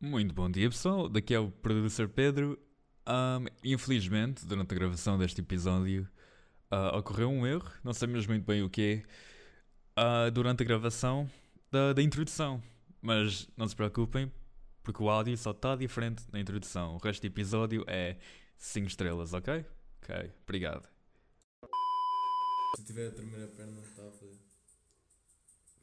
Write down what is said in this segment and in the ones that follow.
Muito bom dia, pessoal. Daqui é o producer Pedro. Ahm, infelizmente, durante a gravação deste episódio, ah, ocorreu um erro. Não sabemos muito bem o que é ah, durante a gravação da, da introdução. Mas não se preocupem, porque o áudio só está diferente na introdução. O resto do episódio é 5 estrelas, ok? Ok, obrigado. Se tiver a tremer a perna, tá está a fazer.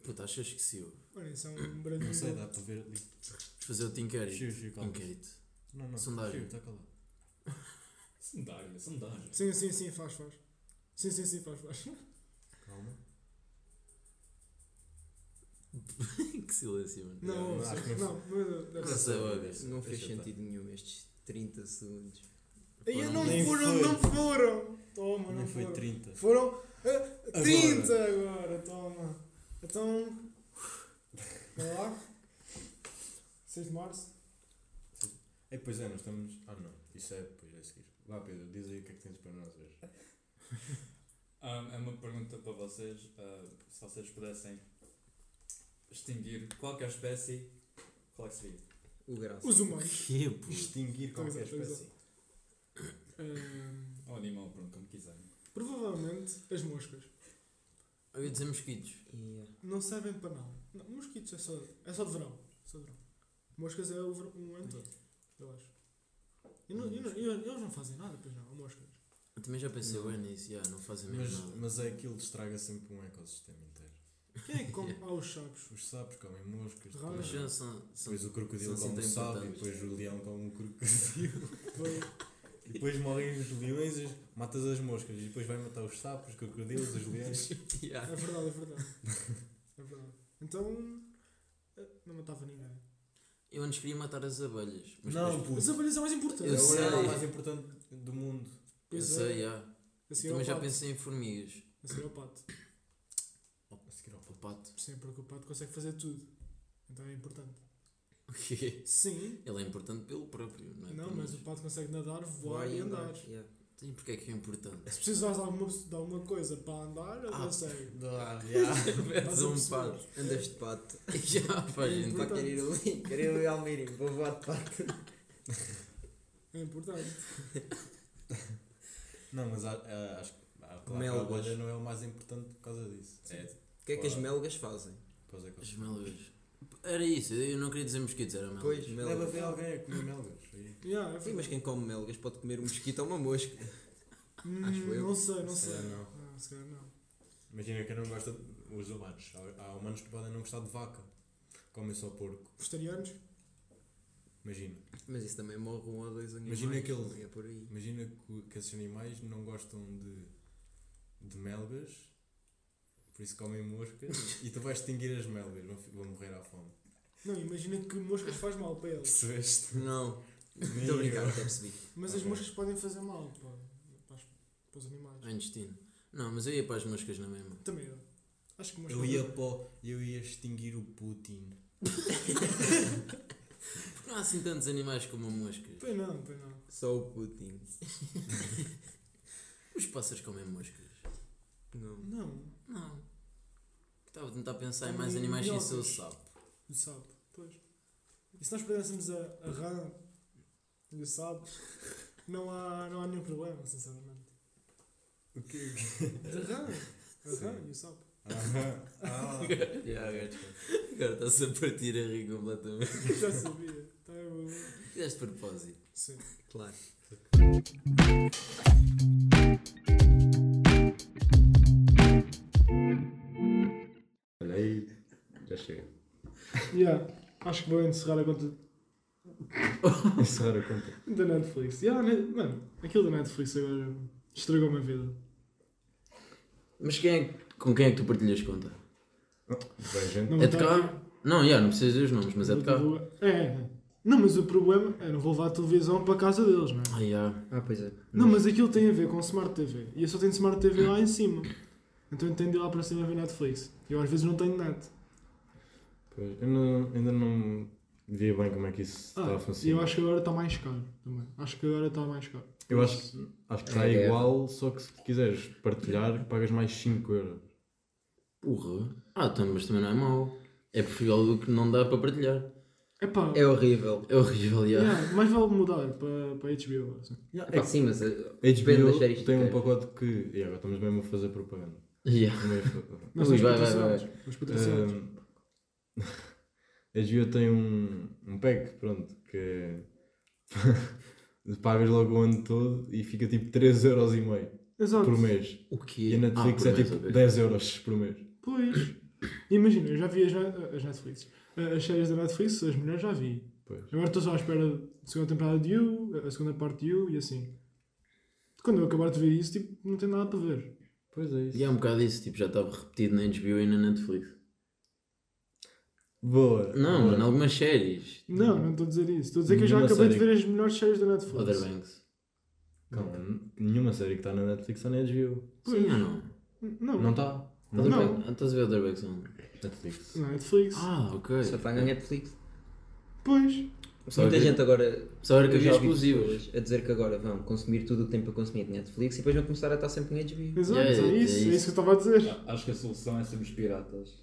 Puta, achas que se eu. Mano, isso é um brando. Não sei, dá para ver ali. Vamos fazer outro inquérito. Chiu, chiu, calma. Inquérito. Não, não. Sondagem. Chiu, está calado. Sondagem, sondagem. Sim, sim, sim, faz, faz. Sim, sim, sim, faz, faz. Calma. que silêncio, mano. Não, não, acho que não não, mas eh, deve Não ser. sei, olha, Não fez deixa estar. sentido nenhum estes 30 segundos. Ei, eu não Nem foram, foi. não foram! Toma, não Nem foi foram. 30. Foram ah, 30 agora, toma. Então. Vai lá. 6 de março. É, pois é, nós estamos. Ah, não. Isso é depois, é a seguir. Lá, Pedro, diz aí o que é que tens para nós hoje. Ah, é uma pergunta para vocês. ah, se vocês pudessem extinguir qualquer espécie, qual é que seria? O graça. Os humanos. Que pô? Extinguir Pois é, qualquer pois é. espécie. Ahm, Ou animal, pronto, como quiserem. Eh, provavelmente as moscas. Eu ia dizer mosquitos. Yeah. Não servem para nada. Não, mosquitos é só, é só de verão. Só de verão. Moscas é o verão, um ano todo, eu acho. E, não, e, não, e eles não fazem nada, pois não, moscas. Eu também já pensei Não. bem nisso, já, não fazem Mas, mesmo nada. mas é aquilo que estraga sempre um ecossistema inteiro. Quem é que come aos sapos? Os sapos comem moscas, Rala. Mas depois, já são. são depois o crocodilo são come o assim tão sapo, e importantes. depois o leão come o crocodilo. Foi- E depois morrem os leões, as- matas as moscas, e depois vai matar os sapos, os crocodilos, os leões. Yeah. É verdade, é verdade. É verdade. Então. eh, Não matava ninguém. Eu antes queria matar as abelhas. Mas Não, depois- puto. As abelhas são mais importantes. Eu É o sei. animal mais importante do mundo. eu Pois sei, é. já. A Eu seguir ao também já pato. pensei em formigas. A seguir ao pato. A seguir ao O pato. Sim, porque o pato consegue fazer tudo. Então é importante. O quê? Sim. Ele é importante pelo próprio, não é? Não, por mas nós. o pato consegue nadar, voar e andar. Yeah. Então, E porquê é que é importante? Se precisares de alguma, de alguma coisa para andar, ele Ah. consegue. Metes a um perceber. pato. Andas de pato. Já, faz É gente. Pá, importante. quero ir ali, quero ir ali ao Almirim, vou voar de pato. É importante. Não, mas há- há- acho que há- claro que a Melgas. abelha não é o mais importante por causa disso. É, O que é que as Claro. melgas fazem? pois é que As melgas. Era isso, eu não queria dizer mosquitos, era melgas. Pois, Deve melgas. haver alguém a comer melgas. aí. Yeah, Sim, é mas verdade. quem come melgas pode comer um mosquito ou uma mosca. Hum, acho eu. Não sei, não Se sei. calhar Ah, se calhar não. Imagina que não gosta de- os humanos. Há- Há humanos que podem não gostar de vaca. Comem só porco. Vegetarianos? Imagina. Mas isso também morre um ou dois animais. Imagina aquele- É por aí. Imagina que, que esses animais não gostam de, de melgas, por isso comem moscas, e tu vais extinguir as melgas, vão, fi- vão morrer à fome. Não, imagina que moscas faz mal para eles. Percebeste? Não. Nem Estou a brincar, eu. até percebi. Mas as Ok. moscas podem fazer mal pá, para, os- para os animais. É intestino. Não, mas eu ia para as moscas na mesma. Também eu. Acho que moscas. Eu ia, pó, eu ia extinguir o Putin. Porque não há assim tantos animais como moscas. Pois não, pois não. Só o Putin. Os pássaros comem moscas. Não. Não, Não. Estava a tentar pensar em Comem mais animais sem ser o minhocas. sapo. o sapo. Pois. E se nós pudéssemos a, a rã e o sapo, não há, não há nenhum problema, sinceramente. O quê? De rã. A Sim. rã e o sapo. Ah, ah. Já, agora agora está-se a partir a rir completamente. Já sabia. Tá bom. Fizeste propósito. Sim. Claro. Olha aí, já chega. Yeah. Acho que vou encerrar a conta Encerrar a conta. da Netflix. Yeah, ne- Mano, aquilo da Netflix agora estragou a minha vida. Mas quem é que- com quem é que tu partilhas conta? Bem, gente. Não É de tá- cá? Não, já, não precisas dos nomes, mas é de cá. É, é. Não, mas o problema é não vou levar a televisão para a casa deles, não é? Ah, já. Ah, pois é. Não, mas aquilo tem a ver com Smart TV. E eu só tenho Smart TV lá em cima. Então eu tenho de ir lá para cima ver Netflix. Eu às vezes não tenho net. Pois, eu não- ainda não vi bem como é que isso está Ah, a e funcionar. eu acho que agora está mais caro também. Acho que agora está mais caro. Eu acho, acho que está É. igual, só que se quiseres partilhar, pagas mais 5 euros. Porra. Ah, então, mas também não é mau. É preferível do que não dá para partilhar. Epá, É horrível. É horrível, já. yeah, mais vale mudar para, para HBO. Assim. É. Epá, sim, mas eh, depende das séries HBO que tem um queres. pacote que. E agora estamos mesmo a fazer propaganda. Yeah. Também- Nós Ui, somos vai, vai, patrocinados. Somos patrocinados. Ahm, A HBO tem um, um pack, pronto, que é- pagas logo o ano todo e fica tipo 3,5€ Exato. por mês. O quê? E a Netflix Ah, é por mês, tipo ok. 10 euros por mês. Pois. Imagina, eu já vi as, as Netflix. Eh, As séries da Netflix, as melhores já vi. Pois. Agora estou só à espera da segunda temporada de You, a segunda parte de You e assim. Quando eu acabar de ver isso, tipo, não tem nada para ver. Pois é isso. E é um bocado isso, tipo, já estava repetido na HBO e na Netflix. Boa. Não, Boa. mano, algumas séries. Não, não estou a dizer isso. Estou a dizer que eu já Nenhuma acabei de série. ver as melhores séries da Netflix. Other Banks. Calma, n- nenhuma série que está na Netflix está na HBO. Sim ou não? Não, Não não. está. Other Não. Banks. Estás a ver Other Banks não? Netflix. Netflix. Ah, ok. Só tá está na Netflix. Pois. Só Muita que- gente agora Só era que eu já havia ouvi exclusivos. pessoas a dizer que agora vão consumir tudo o que têm para consumir de Netflix e depois vão começar a estar sempre na HBO. Exato, Yeah, é, é isso, é isso. isso que eu estava a dizer. Acho que a solução é sermos piratas.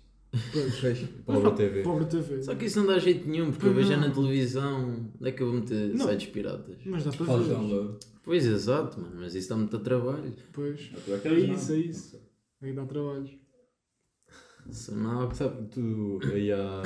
Pobre TV. Pobre TV. Só que isso não dá jeito nenhum, porque eu Pois vejo já não. na televisão. Onde é que eu vou meter Uhum. Não. sites piratas? Mas dá para Faz ver. download. Pois, exato, mano, mas isso dá muito a trabalho. Pois. Não, tu é que É não. isso, é isso. Aí dá trabalho. Isso não há- Sabe, tu aí há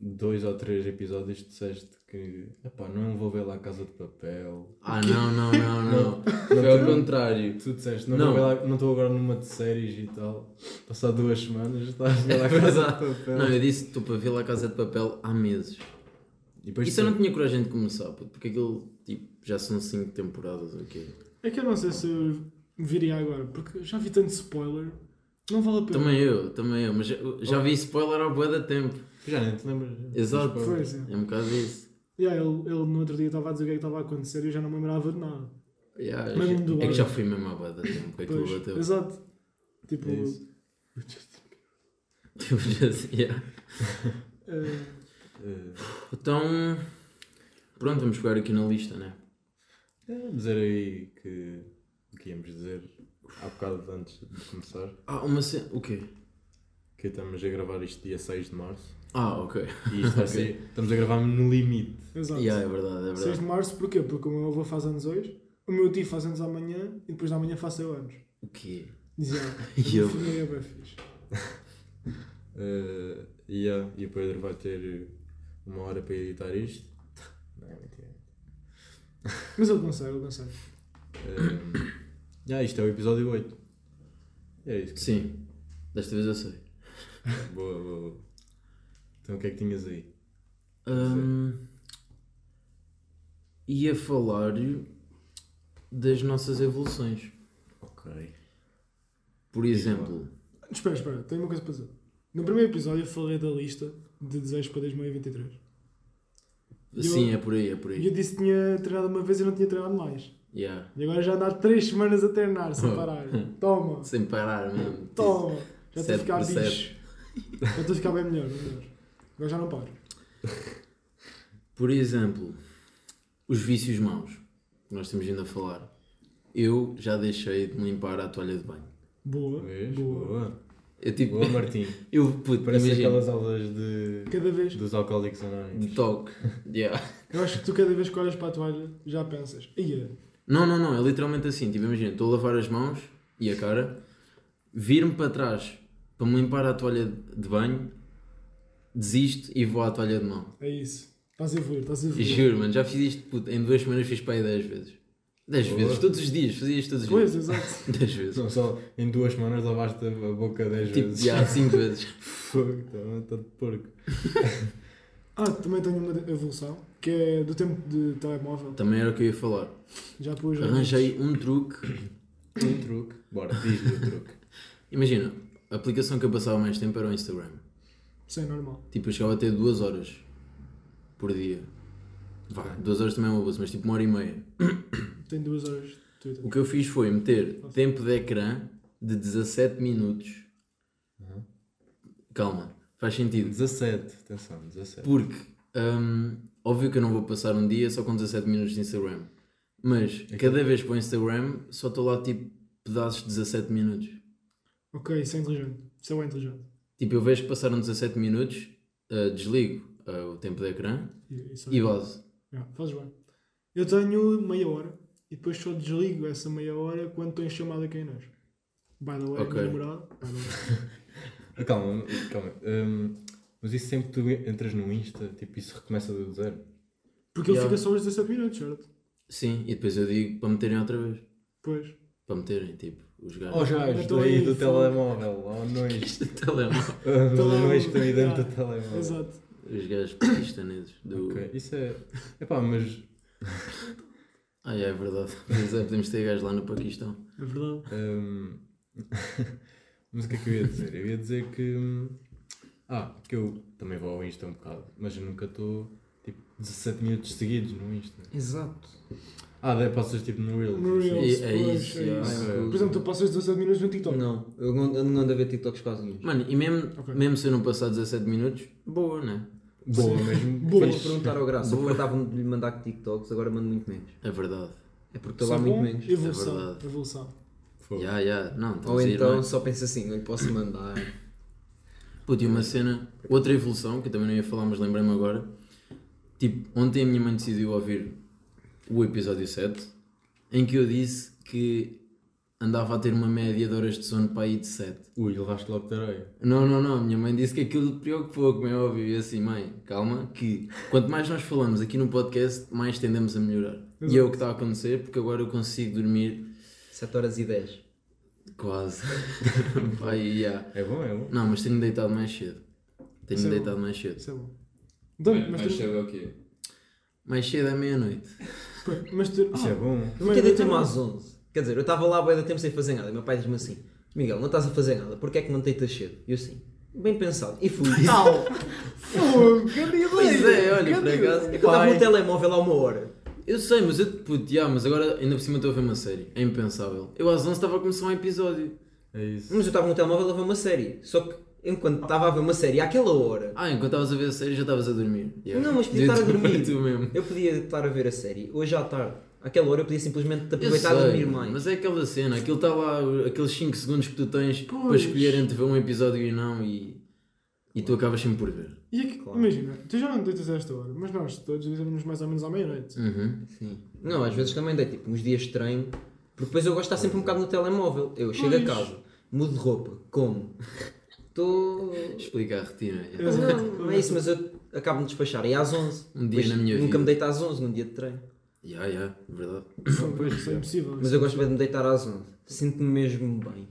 dois ou três episódios disseste que epá, não vou ver lá Casa de Papel. Ah, não, não, não, não. Não, Foi ao tu- contrário. Tu disseste, não, Não. vou ver lá- não estou agora numa de séries e tal. Passar duas semanas já estás a ver lá Casa de Papel. Não, eu disse estou para ver lá a Casa de Papel há meses. E depois Isso eu tu- não tinha coragem de começar, puto, porque aquilo, tipo, já são 5 temporadas, ok? É que eu não sei se eu viria agora, porque já vi tanto spoiler. Não vale a pena. Também eu, também eu, mas já, Oh. já vi spoiler ao bué da tempo. já nem te lembras. Exato. Pois é. É um bocado isso. Yeah, ele, ele no outro dia estava a dizer o que é que estava a acontecer e eu já não me lembrava de nada. Yeah, Mas já- do é que ar. já fui mesmo à bué da tempo, É que aquilo Pois, bateu. exato. Tipo, É isso. Tipo, já assim, yeah. eh, Eh, Então, pronto, vamos pegar aqui na lista, né? é, dizer aí que o que íamos dizer há bocado antes de começar. Ah, uma cena, o quê? Que estamos a gravar isto dia 6 de março. Ah, ok. E isto vai ser. Estamos a gravar no limite. exato. Yeah, é verdade, é 6 verdade. de março, porquê? Porque o meu avô faz anos hoje, o meu tio faz anos amanhã e depois da manhã faço eu anos. O quê? Dizia, E eu? família é bem fixe. Eh, yeah, e o Pedro vai ter uma hora para editar isto. Não, é mentira. Mas ele consegue, ele consegue. Eh, yeah, isto é o episódio 8. É isso. cara. Sim, desta vez eu sei. Boa, boa, boa. Então o que é que tinhas aí? Hum, ia falar das nossas evoluções. Ok. Por exemplo, Espera, espera, tenho uma coisa para dizer. No primeiro episódio eu falei da lista de desejos para 2023. Eu- sim, é por aí, é por E aí. eu disse que tinha treinado uma vez e não tinha treinado mais. Yeah. E agora já anda há 3 semanas a treinar sem Oh. parar. Toma, Sem parar mesmo. tipo, toma. Já estou a Sete ficar por sete. bicho. Já estou a ficar bem melhor, bem melhor. Agora já não paro. Por exemplo, os vícios maus que nós temos vindo a falar. Eu já deixei de limpar a toalha de banho. Boa, Vês? boa. Boa. Eu tipo, Boa, Martim. eu puto, Parece imagina, aquelas aulas de, Cada vez, dos Alcoólicos Anónimos. de toque. Yeah. eu acho que tu cada vez que olhas para a toalha já pensas, ia, Não, não, não, é literalmente assim. Tipo, imagina, estou a lavar as mãos e a cara, vir-me para trás para me limpar a toalha de banho, desisto e vou à toalha de mão. é isso. Estás a evoluir, estás a E evoluir. Juro, mano, já fiz isto puto, em duas semanas, fiz para aí 10 vezes. 10 Boa. vezes, todos os dias, fazia isto todos os Pois, dias. exato. 10 vezes. Não, só em duas semanas lavaste a boca 10 Tipo, vezes. já, 5 vezes. Fogo, está de porco. Ah, também tenho uma evolução, que é do tempo de telemóvel. Também era o que eu ia falar. Já pus. Tá. Arranjei um truque Um truque. Bora, diz-lhe o truque. Imagina, a aplicação que eu passava mais tempo era o Instagram. Sim, é normal. Tipo, eu chegava a ter duas horas por dia. Vá, duas horas também é um abuso, mas tipo uma hora e meia. Tenho duas horas de Twitter. O que eu fiz foi meter tempo de ecrã de 17 minutos. Calma, faz sentido. 17, atenção, 17. Porque, hum, óbvio que eu não vou passar um dia só com 17 minutos de Instagram. Mas, cada vez que vou ao Instagram, só estou lá tipo pedaços de 17 minutos. Ok, isso é inteligente. Isso é bem inteligente. um Tipo, eu vejo que passaram 17 minutos, ah, desligo ah, o tempo de ecrã E, só- e base. Yeah, Ah, fazes bem. Eu tenho meia hora e depois só desligo essa meia hora quando estou em chamada com a Inês. By the way, Ok. minha namorada. By the way. Calma, calma. Hum, mas isso sempre que tu entras no Insta, tipo, isso recomeça do zero. Porque ele Yeah. fica só os 17 minutos, certo? Sim, e depois eu digo para meterem outra vez. Pois. Para meterem, tipo, os gajos. Oh, já, Então estou aí aí, do fogo. telemóvel. Oh, nois. Do telemóvel. Ah, Então, nois que estão aí dentro ah, do É. telemóvel. Exato. Os gajos paquistaneses. Do... Ok, isso é. Epá, mas Ah, é verdade. Pois é, podemos ter gajos lá no Paquistão. É verdade. Hum, mas o que é que eu ia dizer? Eu ia dizer que. hum, Ah, que eu também vou ao Insta um bocado, mas eu nunca estou tipo 17 minutos seguidos no Insta. Exato. Ah, daí passas tipo no Reels. No assim. Reels, E- é pois, isso, é yeah. isso. Ah, Por exemplo, tu passas 17 minutos no TikTok. Então, Não, eu não, eu não ando a ver TikToks quase nenhum. Mano, e mesmo, Ok. mesmo se eu não passar 17 minutos, boa, né? Boa mesmo. Boa. Mas- Vou perguntar ao Graça, Boa. eu estavam de lhe mandar TikToks, agora mando muito menos. É verdade. É porque estou Só lá bom, muito menos. é Evolução. verdade. evolução. Fogo. Ya, ya, não, é? Ou estamos a ir então bem. só pensa assim, eu lhe posso mandar. Puto, e uma cena, outra evolução, que eu também não ia falar, mas lembrei-me agora. Tipo, ontem a minha mãe decidiu ouvir o episódio 7, em que eu disse que andava a ter uma média de horas de sono para aí de 7. Ui, levaste logo tareia. Não, não, não, a minha mãe disse que aquilo lhe preocupou, como é óbvio, e assim, mãe, calma, que quanto mais nós falamos aqui no podcast, mais tendemos a melhorar. E é o que está a acontecer, porque agora eu consigo dormir 7 horas e 10. quase. Pai, ya. É bom, é bom. Não, mas tenho deitado mais cedo. Tenho Isso é bom. deitado mais cedo. Isso é bom. Então, Mas, mas, mas tu- cedo é o quê? Mais cedo à meia-noite. pois, mas tu. Isso é bom. Porque deitei-me às 11. Quer dizer, eu estava lá bem da tempo sem fazer nada. E meu pai diz-me assim: Miguel, não estás a fazer nada, porque é que não te deitas cedo? E eu assim, bem pensado. E fui. Tal! Fogo, grande ideia. Pois é, olha, por acaso. É que eu estava pai. no telemóvel há uma hora. Eu sei, mas eu, puto, já, mas agora ainda por cima estou a ver uma série. É impensável. Eu às 11 estava a começar um episódio. É isso. Mas eu estava no telemóvel a ver uma série. Só que enquanto estava a ver uma série àquela hora, Ah, enquanto estavas a ver a série já estavas a dormir. Ya. Não, mas podia estar Tu- a dormir. Tu mesmo. eu podia estar a ver a série. Hoje à tarde, àquela hora, eu podia simplesmente te Eu aproveitar e sei, dormir mais. Mas é aquela cena, aquilo está lá, aqueles 5 segundos que tu tens para escolher entre ver um episódio e não e. E tu acabas sempre por ver. E aqui- Claro. Imagina, tu já não te deitas a esta hora, mas nós todos deitamos mais ou menos à meia-noite. Uhum. Sim. Não, às vezes também dei tipo uns dias de treino, porque depois eu gosto de estar sempre um bocado no telemóvel. Eu chego Pois. a casa, mudo de roupa, como. Estou. Explica a rotina. ya. Não, não é isso, mas eu acabo de despachar. E às 11. Um dia Mas na minha Nunca vida. me deito às 11 num dia de treino. Ya, ya, verdade. Isso é impossível. Mas eu gosto bem de me deitar às 11. Sinto-me mesmo bem.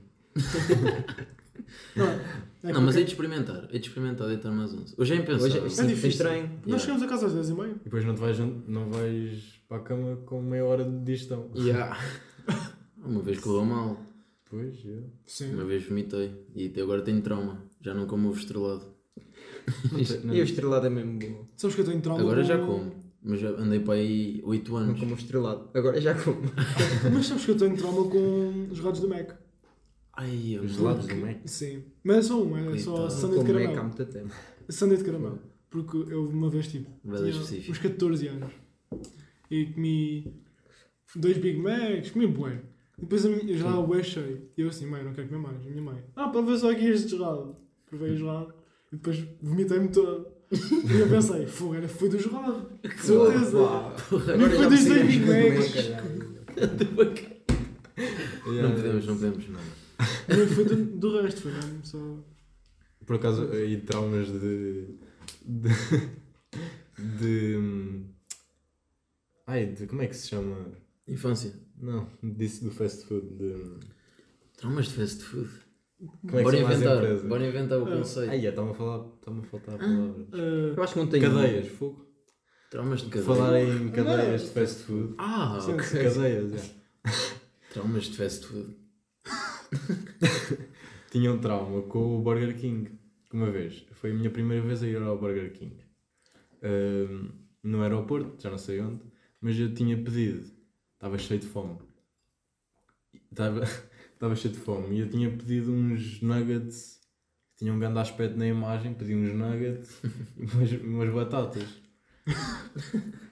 Não, é Não, mas porque- é de experimentar. É de experimentar deitar-me às 11. Hoje é Hoje impensável. é, sim, difícil. é estranho. Yeah. Nós chegamos a casa às 10h30. E depois não, te vais, não vais para a cama com meia hora de digestão. Ya. Uma vez correu mal. Pois, é. Sim. Uma vez vomitei e até agora tenho trauma. Já não como ovo estrelado. E o estrelado é mesmo bom. Sabes que eu estou em trauma. Agora com- já como. Mas já andei para aí 8 Não anos. como o estrelado. Agora já como. Mas sabes que eu estou em trauma com os gelados do Mac. Ai, eu Os lados do Mac. Sim. Mas é só um, é só Coitado. Não sundae de como é que há caramelo. muito tempo. Sundae de caramelo. Porque eu uma vez, tipo, Bela tinha específica. uns 14 anos. E comi dois Big Macs, comi bué. E Depois a minha, eu já estava bué cheio. E eu assim, mãe, não quero comer mais. E a minha mãe, ah, prova só aqui este gelado. Provei o gelado. E depois vomitei-me todo. e eu pensei, fogo, era foi do gelado. De certeza. Nem Agora foi já dos me dois sei Big mesmo Macs. como é, caralho. Não podemos, não podemos, não. Nem foi do, do resto, foi mesmo só... Por acaso, aí traumas de. de. de. hum, Ai, de. como é que se chama? Infância. Não, disse do fast food. De, Traumas de fast food. como é que Bora se chama as inventar. empresas? Bora inventar o Ah. conceito. Ai, está-me a falar. Está-me a faltar a palavra. ah, Eu acho que não um. tenho. Cadeias, fogo. Traumas de cadeia. Falar em cadeias de fast food. Ah, Sim. ok. Cadeias, é. Traumas de fast food. Tinha um trauma com o Burger King. Uma vez. Foi a minha primeira vez a ir ao Burger King. Ahm, no aeroporto, já não sei onde. Mas eu tinha pedido. Estava cheio de fome. Estava estava cheio de fome. E eu tinha pedido uns nuggets. Tinha um grande aspecto na imagem. Pedi uns nuggets e umas, umas batatas.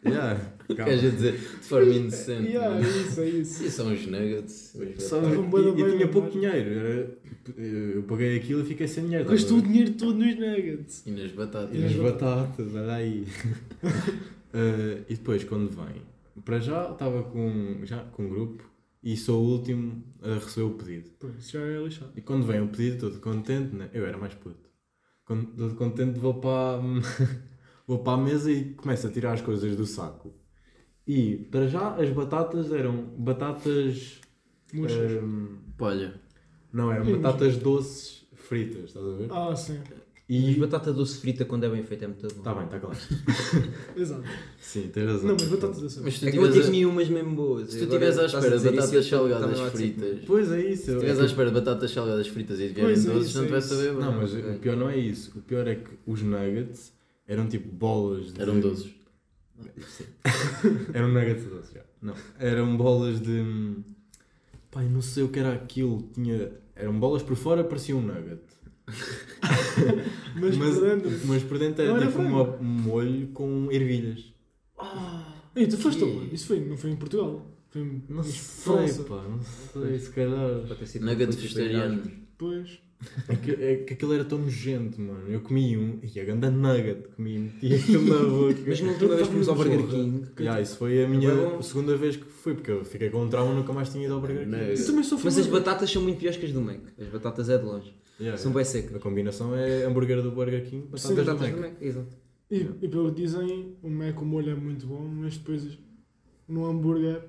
Yeah, calma. Queres dizer de forma indecente. Yeah, mano. é isso, é isso. E são os nuggets. Só- Tá com bué da e, e bem, tinha pouco mas- dinheiro. era- eu paguei aquilo e fiquei sem dinheiro. estás a Gastou o ver? dinheiro todo nos nuggets. E nas batatas. E nas batatas, olha aí. Eh, e depois, quando vem, para já estava com, já, com um grupo e sou o último a receber o pedido. Pô, isso já é lixado. E quando vem o pedido, todo contente, né? eu era mais puto. Quando, todo contente, vou para, vou para a mesa e começo a tirar as coisas do saco. E para já, as batatas eram batatas. Murchas. ehm, Olha, não, eram Sim, mas- batatas doces fritas, estás a ver? Ah, sim. E E. batata doce frita quando é bem feita é muito bom. Tá bem, está claro. Exato. Sim, tens razão. Não, mas batatas assim. mas se tu É que eu vou ter estiveres comido umas mesmo boas. a... se tu Agora tiveres à estás espera de dizer isso e eu batatas estou- salgadas está-me lá tipo, a dizer que não. fritas, se Pois é isso. tiveres à espera de batatas salgadas fritas e vierem Pois é, doces, isso, não é te vais isso. saber. Não, mano. mas o pior não é isso. O pior é que os nuggets eram tipo bolas de. Eram é doces. tipo Eram nuggets doces, já. Não. Eram bolas de. Pai, não sei o que era aquilo. Tinha... Eram bolas por fora, parecia um nugget. Mas, mas... mas por dentro Não era era tipo frango. uma- um molho com ervilhas. Ei, tu foste aonde? Isso foi, não foi em Portugal. Foi em Não em sei, França. pá. Não sei, se calhar. Pode ter sido Nuggets muito bem vegetarianos. Depois. É que, é que aquilo era tão nojento, mano. Eu comi um e a ganda nugget comi meti aquilo na boca. Mas na última vez que fomos ao Burger King, Já, isso foi a minha Agora vão- segunda vez que fui, porque eu fiquei com um trauma nunca mais tinha ido ao Burger King. Não, Isso também só foi. mas as batatas são muito piores que as do Mac. As batatas é de longe. Yeah, São yeah. bem secas. A combinação é hambúrguer do Burger King, As batatas do batatas do Mac. Mac, exato. E, e pelo que dizem, o Mac, o molho é muito bom, mas depois no hambúrguer,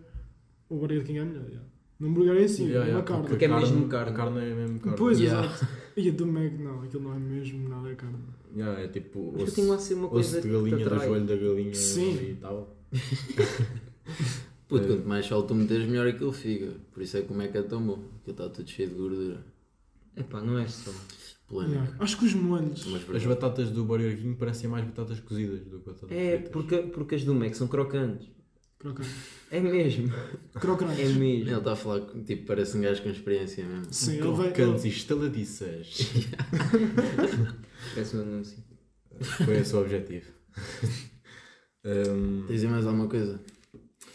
o Burger King é melhor. yeah. No hambúrguer é assim, Yeah, é uma yeah, carne. Porque é a mesmo A carne. carne é mesmo carne. Pois, Yeah. exato. E a do Mac, não, aquilo não é mesmo nada carne. Yeah, é tipo Mas osso, continua a ser uma osso coisa de que galinha, te do atrai. joelho da galinha Sim. e tal. Puto, É. quanto mais sal tu meteres, melhor aquilo fica. Por isso é que o Mac é tão bom. Aquilo está tudo cheio de gordura. Epá, não é só. Polémica. Yeah. Acho que os molhos. Mas As verdade. batatas do Burger King parecem mais batatas cozidas do que batatas É fritas. porque, porque as do Mac são crocantes. Crocantes. É mesmo. É Crocantes. Ele mesmo. está a falar, que, tipo, parece um gajo com experiência mesmo. Sim, ele vai. Crocantes e estaladiças. Parece um anúncio. Foi esse o objetivo. Hum, Tens aí mais alguma coisa?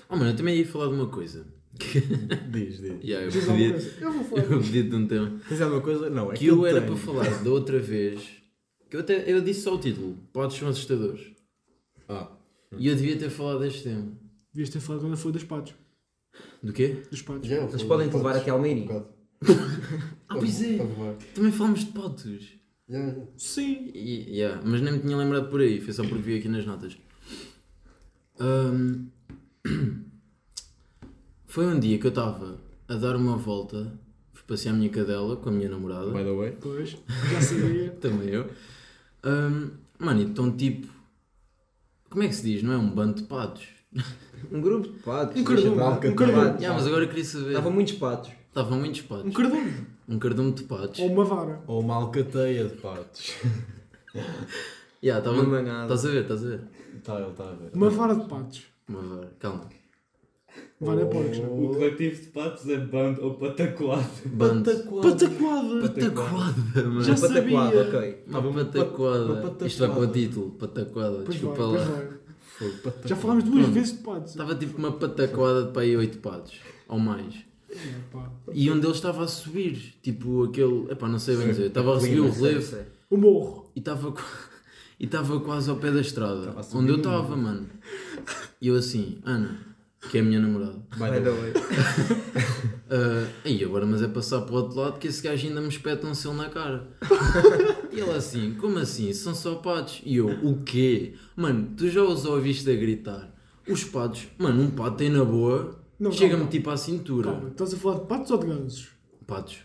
Oh mano, eu também ia falar de uma coisa. diz, diz. Yeah, eu, Diz alguma podia, coisa. Eu vou falar. eu podia de um tema. Tens alguma coisa? Não, é que eu era tenho. para falar da outra vez que eu até eu disse só o título podes são assustadores Ah, e eu devia ter falado deste tema Devias ter falado quando foi dos patos. do quê? Dos patos. Eles podem te levar até Almeirim. ah pois é também falámos de potos Sim. E- yeah, mas nem me tinha lembrado por aí foi só porque vi aqui nas notas Ahm, foi um dia que eu estava a dar uma volta fui passear a minha cadela com a minha namorada By the way. Pois. Já sabia. Também eu. Ahm, mano, então tipo. Como é que se diz? Não é um bando de patos? Um grupo de patos. Um cardume. tá deixa-me lá. Um cardume. Ah, mas agora eu queria saber. Estavam muitos patos. Estavam muitos Um patos. cardume. Um cardume de patos. Ou uma vara. Ou uma alcateia de patos. Yeah, Uma estavam. manada. Estás a ver, estás a ver? Tá, ele está a ver. Uma vara de patos. Uma vara. Calma. Vara é porcos. não é? Oh. O coletivo de patos é bando ou patacoado. Bando. Pataquada. Pataquada, mano. Já Uma pataquada, sabia. ok. Uma Uma pataquada. pataquada. Isto vai para o título. Pataquada. Pois vai, Desculpa pois lá. vai. Foi pata- Já falámos duas Pronto. vezes de patos. Estava tipo uma pataquada de para aí 8 patos. Ou mais. É, pá. E um deles estava a subir. Tipo aquele. Epá, não sei bem Sim, dizer. Estava a receber o clima, relevo. Sei, sei. O morro. e estava qua- e estava quase ao pé da estrada Estava a subir onde eu um estava mano e eu assim Ana que é a minha namorada By By the the way. way. ah, aí agora mas é passar para o outro lado que esse gajo ainda me espeta um selo na cara e ela assim como assim são só patos e eu o quê mano tu já os ouviste a gritar os patos mano um pato tem na boa Não, chega-me calma. tipo à cintura Calma, estás a falar de patos ou de gansos? patos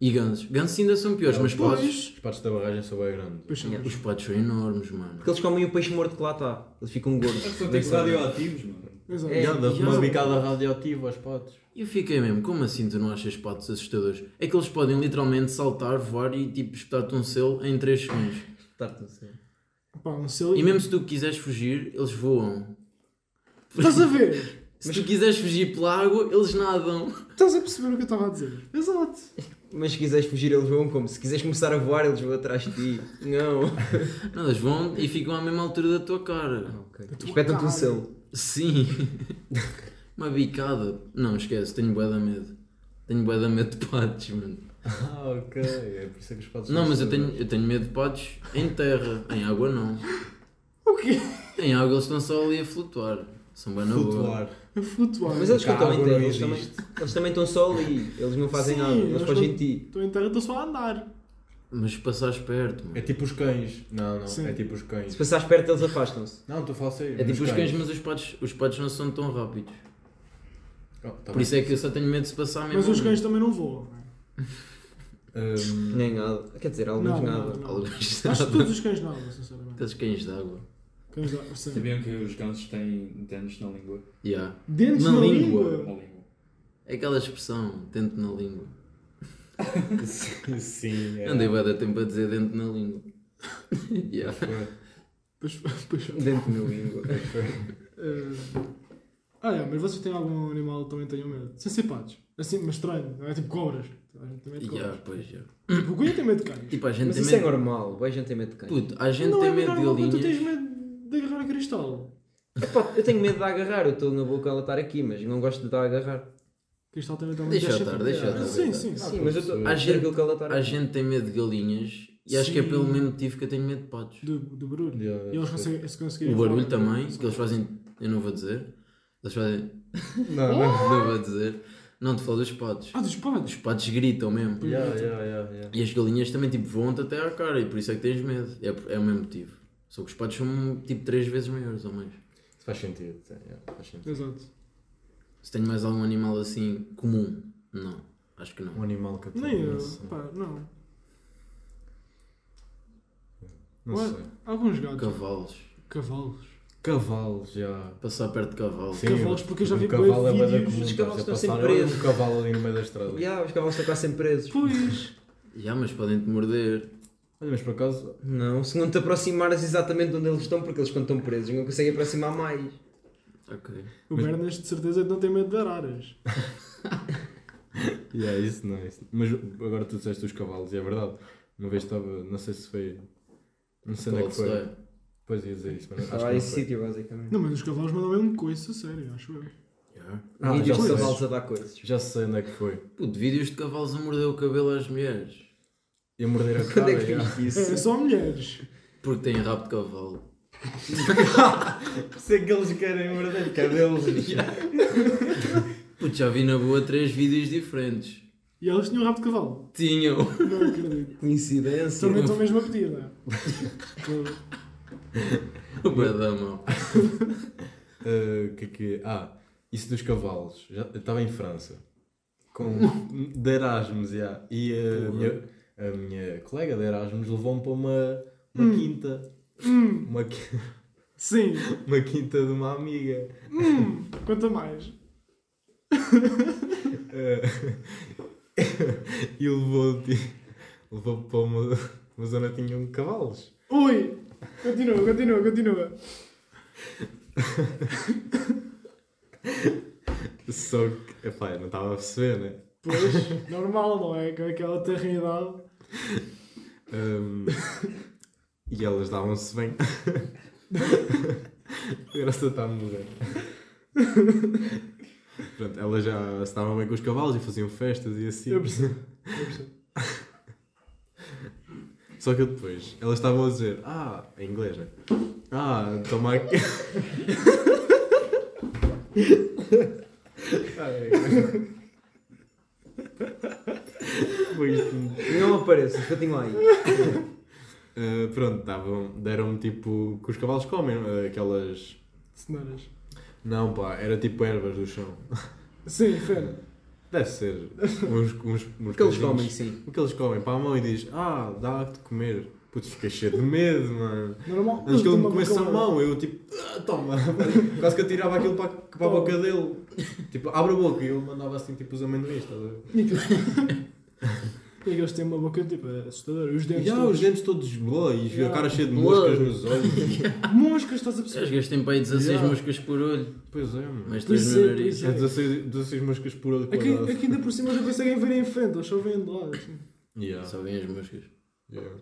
e gansos gansos ainda são piores mas patos Os patos da barragem são bem grandes. É, Pois são. os patos são enormes mano Porque eles comem o peixe morto que lá está. Eles ficam gordos. É São tipo radioativos, mano. Exato. É. Já dá já- uma bicada radioativa aos patos. E eu fiquei mesmo, como assim tu não achas patos assustadores? É que eles podem literalmente saltar, voar e tipo espetar-te um selo em 3 segundos. Tarde, não sei. Pá, um selo. E mesmo se tu quiseres fugir, eles voam. Estás a ver? Se tu quiseres fugir pela água, eles nadam. Estás a perceber o que eu estava a dizer? Exato. Mas se quiseres fugir, eles vão como? Se quiseres começar a voar, eles vão atrás de ti. Não. Não, eles vão e ficam à mesma altura da tua cara. Espeta-te o selo. Sim. Uma bicada. Não, esquece, tenho bué da medo. Tenho bué da medo de patos, mano. Ah, ok. É por isso que os patos Não, são assim, é? mas eu tenho, seguros. eu tenho medo de patos em terra. Em água não. O quê? Em água eles estão só ali a flutuar. São bem na boa. Flutuar. A flutuar. Mas eles Porque a cantam em água terra, não eles também, existe. eles também estão só ali. Eles não fazem Sim, nada, eles eles fogem não- de ti. Estou em terra, estou só a andar. Mas se passares perto, mano. É tipo os cães. Não, não. Sim. É tipo os Se cães. passares perto, eles afastam-se. Não, estou a falar sério. É tipo Nos os cães, mas os patos, os patos não são tão rápidos. Oh, tá Por isso é que eu só tenho medo de se passar mesmo. Mas os cães também não é? voam. Ahm, Nem nada. Quer dizer, alguns Não, nada. não, não. Alguns Acho que nada. todos os cães não, sinceramente. Aqueles cães d'água. Cães dá, sim. Sabiam que os gansos têm dentes na língua? Yeah. Dentes Na na língua. língua. Na língua. É aquela expressão, dente na língua. Sim, é. Andei bué da tempo a dizer dente na língua. yeah. Pois, pois, Dentro do meu língua. eh, Ah, é, mas vocês têm algum animal que também tenham medo? Sem ser patos. Assim, mas estranho. Não é tipo cobras. A gente tem medo de Yeah, cobras. pois, yeah. Tipo, o Cunha tem medo de cães. Tipo, a gente Mas tem isso é medo. normal, o gente tem medo de cães. Puto, a gente não tem é medo de normal quando tu tens galinhas. medo de agarrar cristal. Epá, eu tenho medo de agarrar, eu estou na boca ela estar aqui, mas não gosto de dar a agarrar. Cristal também está muito tipo, Deixa eu estar, deixa eu estar. Sim, sim, sim. Sim, mas eu estou A a gente- aquilo que ela estar A aqui. gente tem medo de galinhas e acho que é Sim. pelo mesmo motivo que eu tenho medo de patos. Do, do barulho. E eles conseguem, se conseguirem O barulho falar, também, são- que eles fazem, eu não vou dizer. Eles fazem, Não, não. não vou dizer. Não, te falo dos patos. Ah, dos patos. Os patos gritam mesmo. Pois Yeah, é, yeah, yeah, yeah. E as galinhas também, tipo, voam-te até à cara e por isso é que tens medo. É, por- é o mesmo motivo. Só que os patos são, tipo, três vezes maiores ou mais. Isso Faz sentido. sim, yeah, faz sentido. Exato. Se tenho mais algum animal assim comum, não. Acho que não. Um animal que eu tenho. Nem eu. Não sei. Pá, não. Não Ué. sei. Alguns gatos. Cavalos. Cavalos. Cavalos, já. Passar perto de cavalos. Sim, Cavalos, porque eu já um vi bué cavalo é bué da vídeos. comum, Os cavalos estás a estão passar, sempre olha presos. Um cavalo ali no meio da estrada. Yeah, os cavalos estão quase sempre presos. Pois. Já, mas podem-te morder. Olha, mas por acaso. Não, se não te aproximares exatamente de onde eles estão, porque eles quando estão presos não conseguem aproximar mais. Ok. O Mas- Bernas de certeza que não tem medo de araras. Yeah, isso não, é isso não. Mas agora tu disseste os cavalos, e é verdade. Uma vez estava, não sei se foi. Não sei onde é que Cavalos, foi. é. Depois ia dizer isso, mas acho que Estava não esse foi. sítio, basicamente. Não, mas os cavalos mandam mesmo coisa, a sério, acho eu. É, Já. Ah, Vídeos já de sei. cavalos a dar coisas. Já sei onde é que foi. é. Puto, vídeos de cavalos a morder o cabelo às mulheres. Ia morder a cara. Quando é que já. viste isso? É, só mulheres. Porque têm rabo de cavalo. Sei que eles querem morder cabelos. Puto, já vi na boa três vídeos diferentes. E elas tinham um rabo de cavalo. Tinham. Não acredito. Coincidência. Também estão mesmo a pedir, não é? Então, Bué da mal. Ah, que é que- Ah, isso dos cavalos. Já, eu estava em França. Com, de Erasmus, já. E eh, a minha, a minha colega de Erasmus levou-me para uma, uma quinta. Uma, qui- Hum, Sim. uma quinta de uma amiga. Hum, quanto mais. Ah, e levou levou para uma, uma zona que tinha cavalos. Ui! Continua, continua, continua. Só que, epá, eu não estava a perceber, né? Pois, normal, não é? Com aquela terrenidade. Ahm, e elas davam-se bem. Graça está a morrer. Pronto, elas já se davam bem com os cavalos e faziam festas e assim. Eu percebo. Eu percebo. Só que eu depois, elas estavam a dizer: Ah, em inglês, né? Ah, toma aqui. Ai. Foi isto. Não apareças, continua aí. Ah, pronto, davam- deram-me tipo que os cavalos comem, ah, aquelas. Cenouras. Não, pá, era tipo ervas do chão. Sim, fera. Deve ser uns, uns, uns Porque eles coisinhos. comem, sim. O que eles comem para a mão e diz: Ah, dá-te de comer. Putz, fiquei cheio de medo, mano. Normal. Antes que ele me Toma comesse a cavalo. mão, eu tipo, "Ah, toma. Quase que eu tirava aquilo para, a- para a Toma. boca dele. Tipo, abre a boca e ele mandava assim, tipo, os amendoins, estás a ver? E aquilo- E é eles têm uma boca tipo é assustadora. Os dentes. E há todos- os dentes todos blá e Yeah. a cara cheia de Blá. moscas nos olhos. Moscas, estás a Os perceber? gajos têm para aí 16 Yeah. moscas por olho, pois é, mano. mas Pois três é, no nariz. pois É 16, 16 moscas por olho quadrado. Aqui, aqui ainda por cima eles não conseguem ver em frente, eles só veem de lado. assim. Yeah. Só vêm as moscas. Yeah.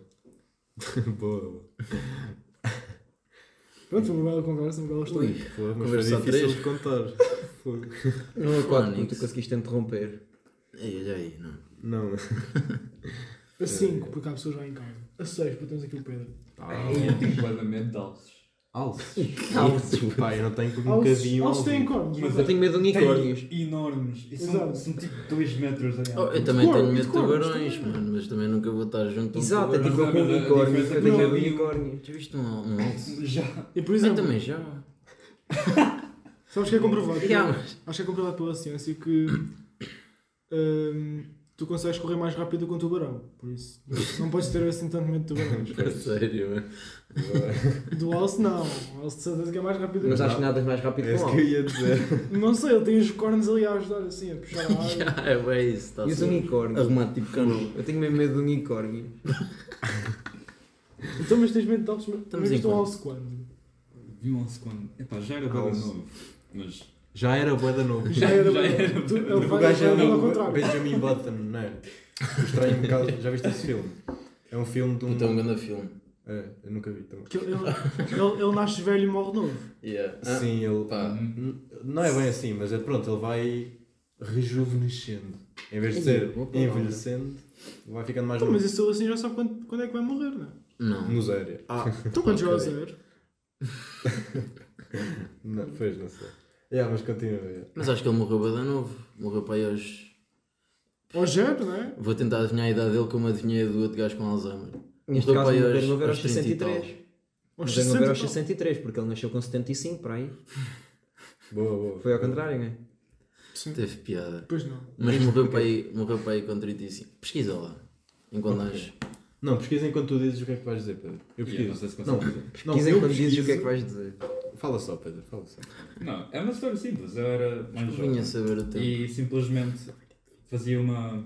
Boa. Pronto, foi uma bela conversa, uma bela história. Ui, Pô, mas foi Conversa difícil a de contar. Pô. Não é 4, porque Fónix. tu conseguiste interromper. ei, olha aí, não. Não. né? A 5, porque há pessoas lá em casa. A 6, porque temos aqui o Pedro. Tá. É, Completamente de alces. Alces. Alces. Tipo, Pá, eu não tenho porque um Alces bocadinho. alces têm alvo. cornos. Mas Eu tenho medo de unicórnios. Tem enormes. E são, Exato. são tipo 2 metros de Oh, eu altura. também Cor- tenho medo de cor, tubarões, também. mano, mas também nunca vou estar junto a um Exato, é tubarão. tipo eu com Mas a unicórnios. diferença Eu tenho é medo que de eu- unicórnios. Já viste um, um alce? Já. E por Eu exemplo, também já. sabes que é comprovado? Já, mas... Acho que é comprovado pela ciência que hum, tu consegues correr mais rápido que um tubarão. Por isso, não podes ter assim tanto medo de tubarões. A é é. Sério, mano. Do alce, não. O alce de certeza que é mais rápido Mas que acho que nada é mais rápido É que um isso que eu alce. ia dizer. Não sei, ele tem os cornos ali a ajudar assim, a puxar a água. Já, é bem isso, está E os certo. unicórnios? Arrumado tipo cano. um Eu tenho mesmo medo de um unicórnios. Então, mas tens medo de alces, Estamos mas em viste um quando? alce quando? Vi um alce quando. Epá, já era bem Alce. novo. Mas. Já era boa da novo. Já era Já era. bem. Tu- Ele O vai gajo é ele vai ao o contrário. Benjamin Button, não é? O estranho bocado. Já viste esse filme? É um filme de um. Então, um grande filme. É, eu nunca vi também. Que ele, ele- ele- ele nasce velho e morre novo. Yeah. Ah, Sim, ele. pá. N- Não é bem assim, mas é pronto, ele vai rejuvenescendo. Em vez de ser Boa palavra. envelhecendo, vai ficando mais Então, mas novo. isso assim já sabe quando, quando é que vai morrer, não é? Não. Nos área. Então quando chegar ao Ok. zero. Não, pois não sei. Yeah, mas continua. yeah. Mas acho que ele morreu bada novo. Morreu para aí aos... Ao zero, não é? Vou tentar adivinhar a idade dele como adivinhei a do outro gajo com Alzheimer. Neste Morreu caso, para aí o aos- Pedro Noveiro aos aos 30 e tal. 63. Aos Mas não ver aos 60 63, porque ele nasceu com 75 para aí. Boa, boa. Foi ao contrário, não é? Sim. Teve piada. Pois não. Mas morreu para aí, morreu para aí com 35. Pesquisa lá. Enquanto nós... Não, pesquisa enquanto tu dizes o que é que vais dizer, Pedro. Eu Yeah, não pesquiso. sei se Não, consigo dizer. não, Dizem eu quando dizes o que é que pesquiso. vais dizer. Fala só, Pedro, fala só. Não, é uma história simples. Eu era mais jovem. Vinha saber o tempo. E simplesmente fazia uma,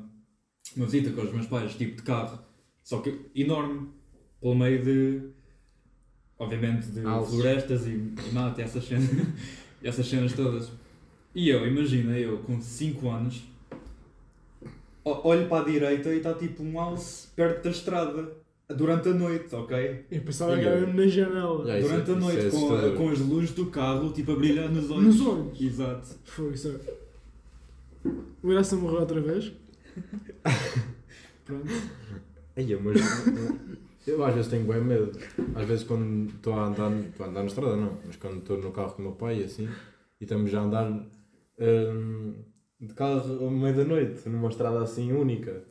uma visita com os meus pais, tipo de carro, só que enorme, pelo meio de. Obviamente de Alces. florestas e, e mato e essas cenas, e essas cenas todas. E eu, imagina, eu com 5 anos, o- olho para a direita e está tipo um alce perto da estrada, durante a noite, ok? Eu pensava que era na janela. Já, isso é- durante a isso noite, é com, a- assustador. com as luzes do carro, tipo a brilhar nos olhos. Nos olhos. Exato. Foi isso. é. O Iraça morreu outra vez. Pronto. Ai, mas eu às vezes tenho bem medo. Às vezes quando estou a andar, estou a andar na estrada não, mas quando estou no carro com o meu pai e assim, e estamos já a andar hum, de carro ao meio da noite, numa estrada assim única.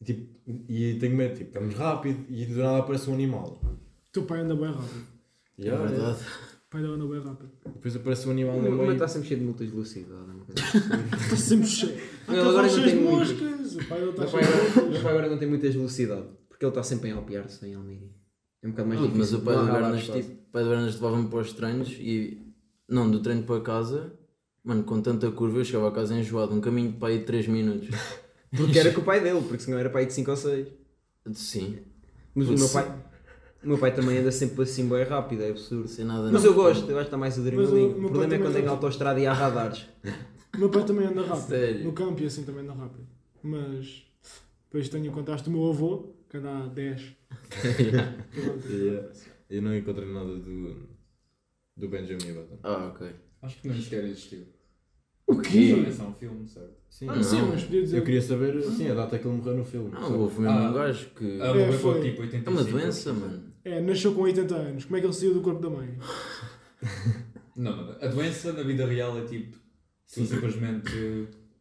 E, tipo, e tenho medo, tipo, estamos rápido e do nada aparece um animal. Teu pai anda bem rápido. E, É ah, verdade. O pai dele anda bem rápido. Depois aparece um animal no O meu meio. está tá sempre cheio de multas de velocidade. é uma coisa. Está sempre cheio. Há Ele agora cavalos não cheios de tem muitas. moscas. O pai dele está Meu pai é cheio de agora- meu pai agora não tem muitas velocidade, porque ele está sempre em alpear-se em Almeida. É um bocado mais Puto, difícil. Ah, mas o pai Não do há nada Bernas, quase. tipo, o pai do Bernas levava-me para os treinos e. Não, do treino para casa, mano, com tanta curva eu chegava a casa enjoado, um caminho para aí de 3 minutos. Porque era com o pai dele, porque senão era pai de 5 ou 6. Sim, Mas o Putz. meu pai. O meu pai também anda sempre assim bem rápido, é absurdo. sem nada. Mas não. eu gosto, eu acho que está mais Mas o meu adrenalina. O pai problema é também quando tem gosta. autoestrada e há radares. O meu pai também anda rápido. Sério? No campo e assim também anda rápido. Mas depois tenho o contraste do meu avô, que anda a 10. Yeah. Eu não encontrei nada do, do Benjamin Button. Ah, ok. Acho que nem sequer tipo. existiu. O quê? É só um filme, certo? Sim, Ah, sim, mas podia dizer. eu queria saber assim, a data que ele morreu no filme. Não, houve mesmo Ah. um gajo que. Ah, É, morreu foi. com tipo 85. É uma doença, mano. É, nasceu com 80 anos. Como é que ele saiu do corpo da mãe? Não, não, não. a doença na vida real é tipo. Tu simplesmente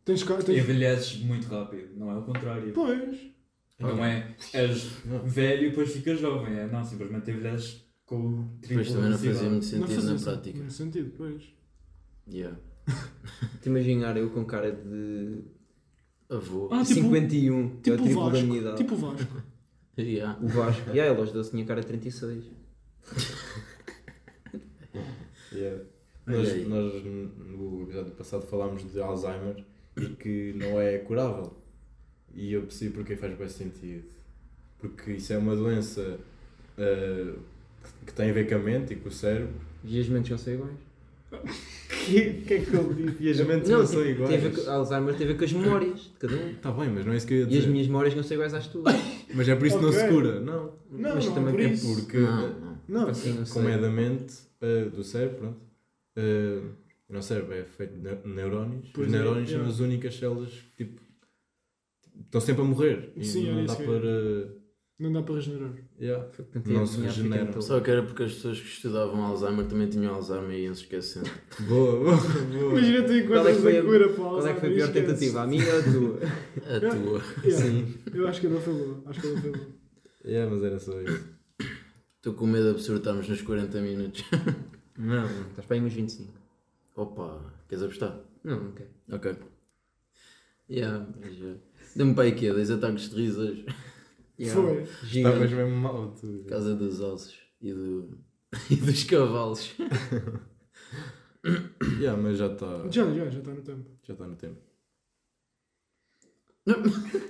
Tens cara. Tens... envelheces muito rápido, não é o contrário. Pois. Não é és Não. velho e depois ficas jovem, é não, simplesmente envelheces com o triplo Depois também não velocidade. fazia muito não sentido fazia na sen- prática. muito sentido, pois. É Yeah. Te imaginar eu com cara de Avô. Ah, tipo- 51, que é o Tipo o triplo da minha Vasco. idade. Tipo o Vasco. Yeah. O Vasco. E aí, elas doce tinha cara de 36. Yeah. Olha Nós, aí. nós no episódio passado falámos de Alzheimer e que não é curável. E eu percebi porque faz bem sentido. Porque isso é uma doença ah, que tem a ver com a mente e com o cérebro. E as mentes não são iguais? O que, é que eu digo? E as mentes não, são tipo, tem a ver iguais. com- Alzheimer tem a ver com as memórias de cada um. Está bem, mas não é isso que eu ia E as dizer. minhas memórias não são iguais às tuas. Mas é por isso que não se Ok. cura, não. Não, Mas não, também por é isso. Porque Não, não. Não, Assim, não como sei. é da mente, eh, do cérebro, pronto. eh, o nosso cérebro é feito de neu- neurónios. Pois Os é, neurónios são yeah. as únicas células que tipo, estão sempre a morrer. E Sim, era não dá isso que eu- para. eh, não dá para regenerar. yeah. Foi o que tentei Não se adivinhar, fiquei regeneram. todo- Só que era porque as pessoas que estudavam Alzheimer também tinham Alzheimer e iam se esquecendo. Boa, boa, boa. Imagina tu Qual é encontras que foi a a- cura para o Qual é que foi Alzheimer a e pior esqueces. tentativa? A minha ou a tua? A tua. Yeah, Eu acho que não foi boa. Acho que não foi boa. Yeah, mas era só isso. Estou com medo de absurdarmos nos 40 minutos. Não, não, estás para aí nos 25. Opa, queres apostar? Não, não quero. Ok. Yeah, mas, eh, Deu-me para aí quê? Dois ataques de riso hoje. Foi. Estavas Gigante. Tá, mesmo mal, tu. Por causa dos ossos e, do... e dos cavalos. Yeah, mas já está Já, já, já está no tempo. já tá no tempo.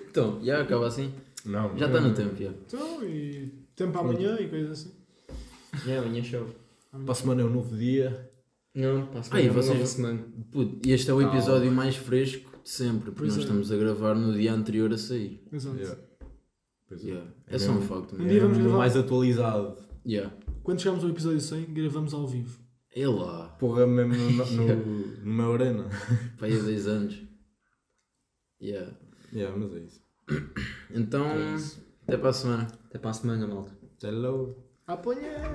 Então, já acaba assim? Não, tá Já está no tempo, já. Então, e tempo amanhã e coisas assim. Já, amanhã chove. Para a semana é um novo dia. Não, passa Ah, e uma vocês- nova semana. Puto, este é o episódio mais fresco de sempre, porque Pois nós é. estamos a gravar no dia anterior a sair. Exato. Yeah. Pois é. Yeah. É É só um mesmo. facto, Um mesmo. dia É vamos mesmo gravar. mais atualizado. Yeah. Quando chegarmos ao episódio 100, gravamos ao vivo. É lá, Porra, mesmo no, no, numa arena. pai há 10 anos. Yeah. Yeah, mas é isso. Então, até para a semana. Até para a semana, malta. Hello. Apanha!